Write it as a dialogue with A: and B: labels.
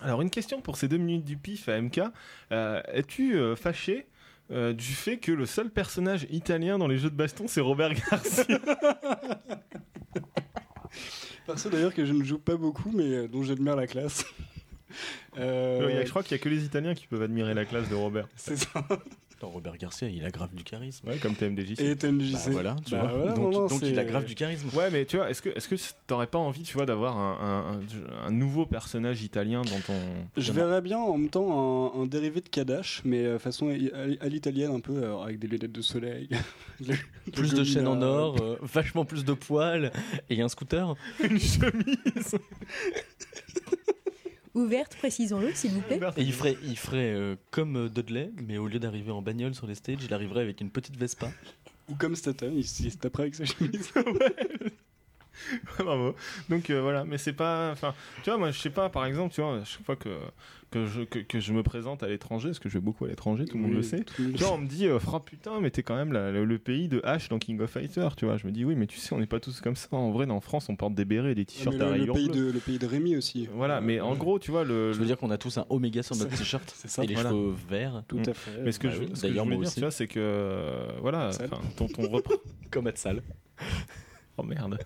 A: Alors une question pour ces deux minutes du pif à MK. Euh, Es-tu euh, fâché euh, du fait que le seul personnage italien dans les jeux de baston c'est Robert Garcia
B: Perso d'ailleurs que je ne joue pas beaucoup, mais euh, dont j'admire la classe. Euh,
A: Il y a- Je crois qu'il y a que les Italiens qui peuvent admirer la classe de Robert.
B: c'est ça.
C: Attends, Robert Garcia, il a grave du charisme.
A: Ouais, comme TMDJC.
B: Et TMJC.
C: Bah, voilà, tu
B: Bah,
C: vois.
B: voilà,
C: donc
B: non, non,
C: donc il
B: c'est- euh,
C: a grave du charisme.
A: Ouais, mais tu vois, est-ce que est-ce que t'aurais pas envie, tu vois, d'avoir un, un- un nouveau personnage italien dans ton
B: Je verrais bien en même temps un, un dérivé de Kadash, mais euh, façon i- à à l'italienne un peu, alors, avec des lunettes de soleil. Le- le
C: Plus de
B: gobelin,
C: chaînes en
B: euh,
C: or, euh, vachement plus de poils et un scooter.
A: une chemise
D: Ouverte, précisons-le, s'il vous plaît.
C: Et il ferait, il ferait euh, comme euh, Dudley, mais au lieu d'arriver en bagnole sur les stages, il arriverait avec une petite Vespa.
B: Ou comme Staten, il s- il se taperait avec sa chemise.
A: Bravo. Donc euh, voilà, mais c'est pas. Enfin, tu vois, moi je sais pas, par exemple, tu vois, chaque fois que, que, je, que, que je me présente à l'étranger, parce que je vais beaucoup à l'étranger, tout le monde le sait.
B: Tout le monde
A: Tu vois, on me dit, euh, Fra, putain, mais t'es quand même la- le, le pays de H dans King of Fighters, tu vois. Je me dis, oui, mais tu sais, on n'est pas tous comme ça. En vrai, en France, on porte des bérets et des
B: Ah, mais
A: t-shirts à
B: le, le
A: rayures
B: pays
A: bleues.
B: de, le pays de Rémi aussi. Euh,
A: Voilà, mais en gros, tu vois, le.
C: Je veux dire qu'on a tous un Omega sur notre
B: C'est-
C: t-shirt
B: c'est ça,
C: et les
A: voilà.
C: cheveux verts,
B: Tout à fait.
A: mais ce que,
C: Bah
A: je,
C: oui,
A: ce que je
C: d'ailleurs,
A: voulais
C: moi
A: dire,
C: aussi.
A: tu vois, c'est que. euh, voilà,
B: Ça.
A: enfin, ton, ton repr-
C: comme à salle.
A: Oh merde.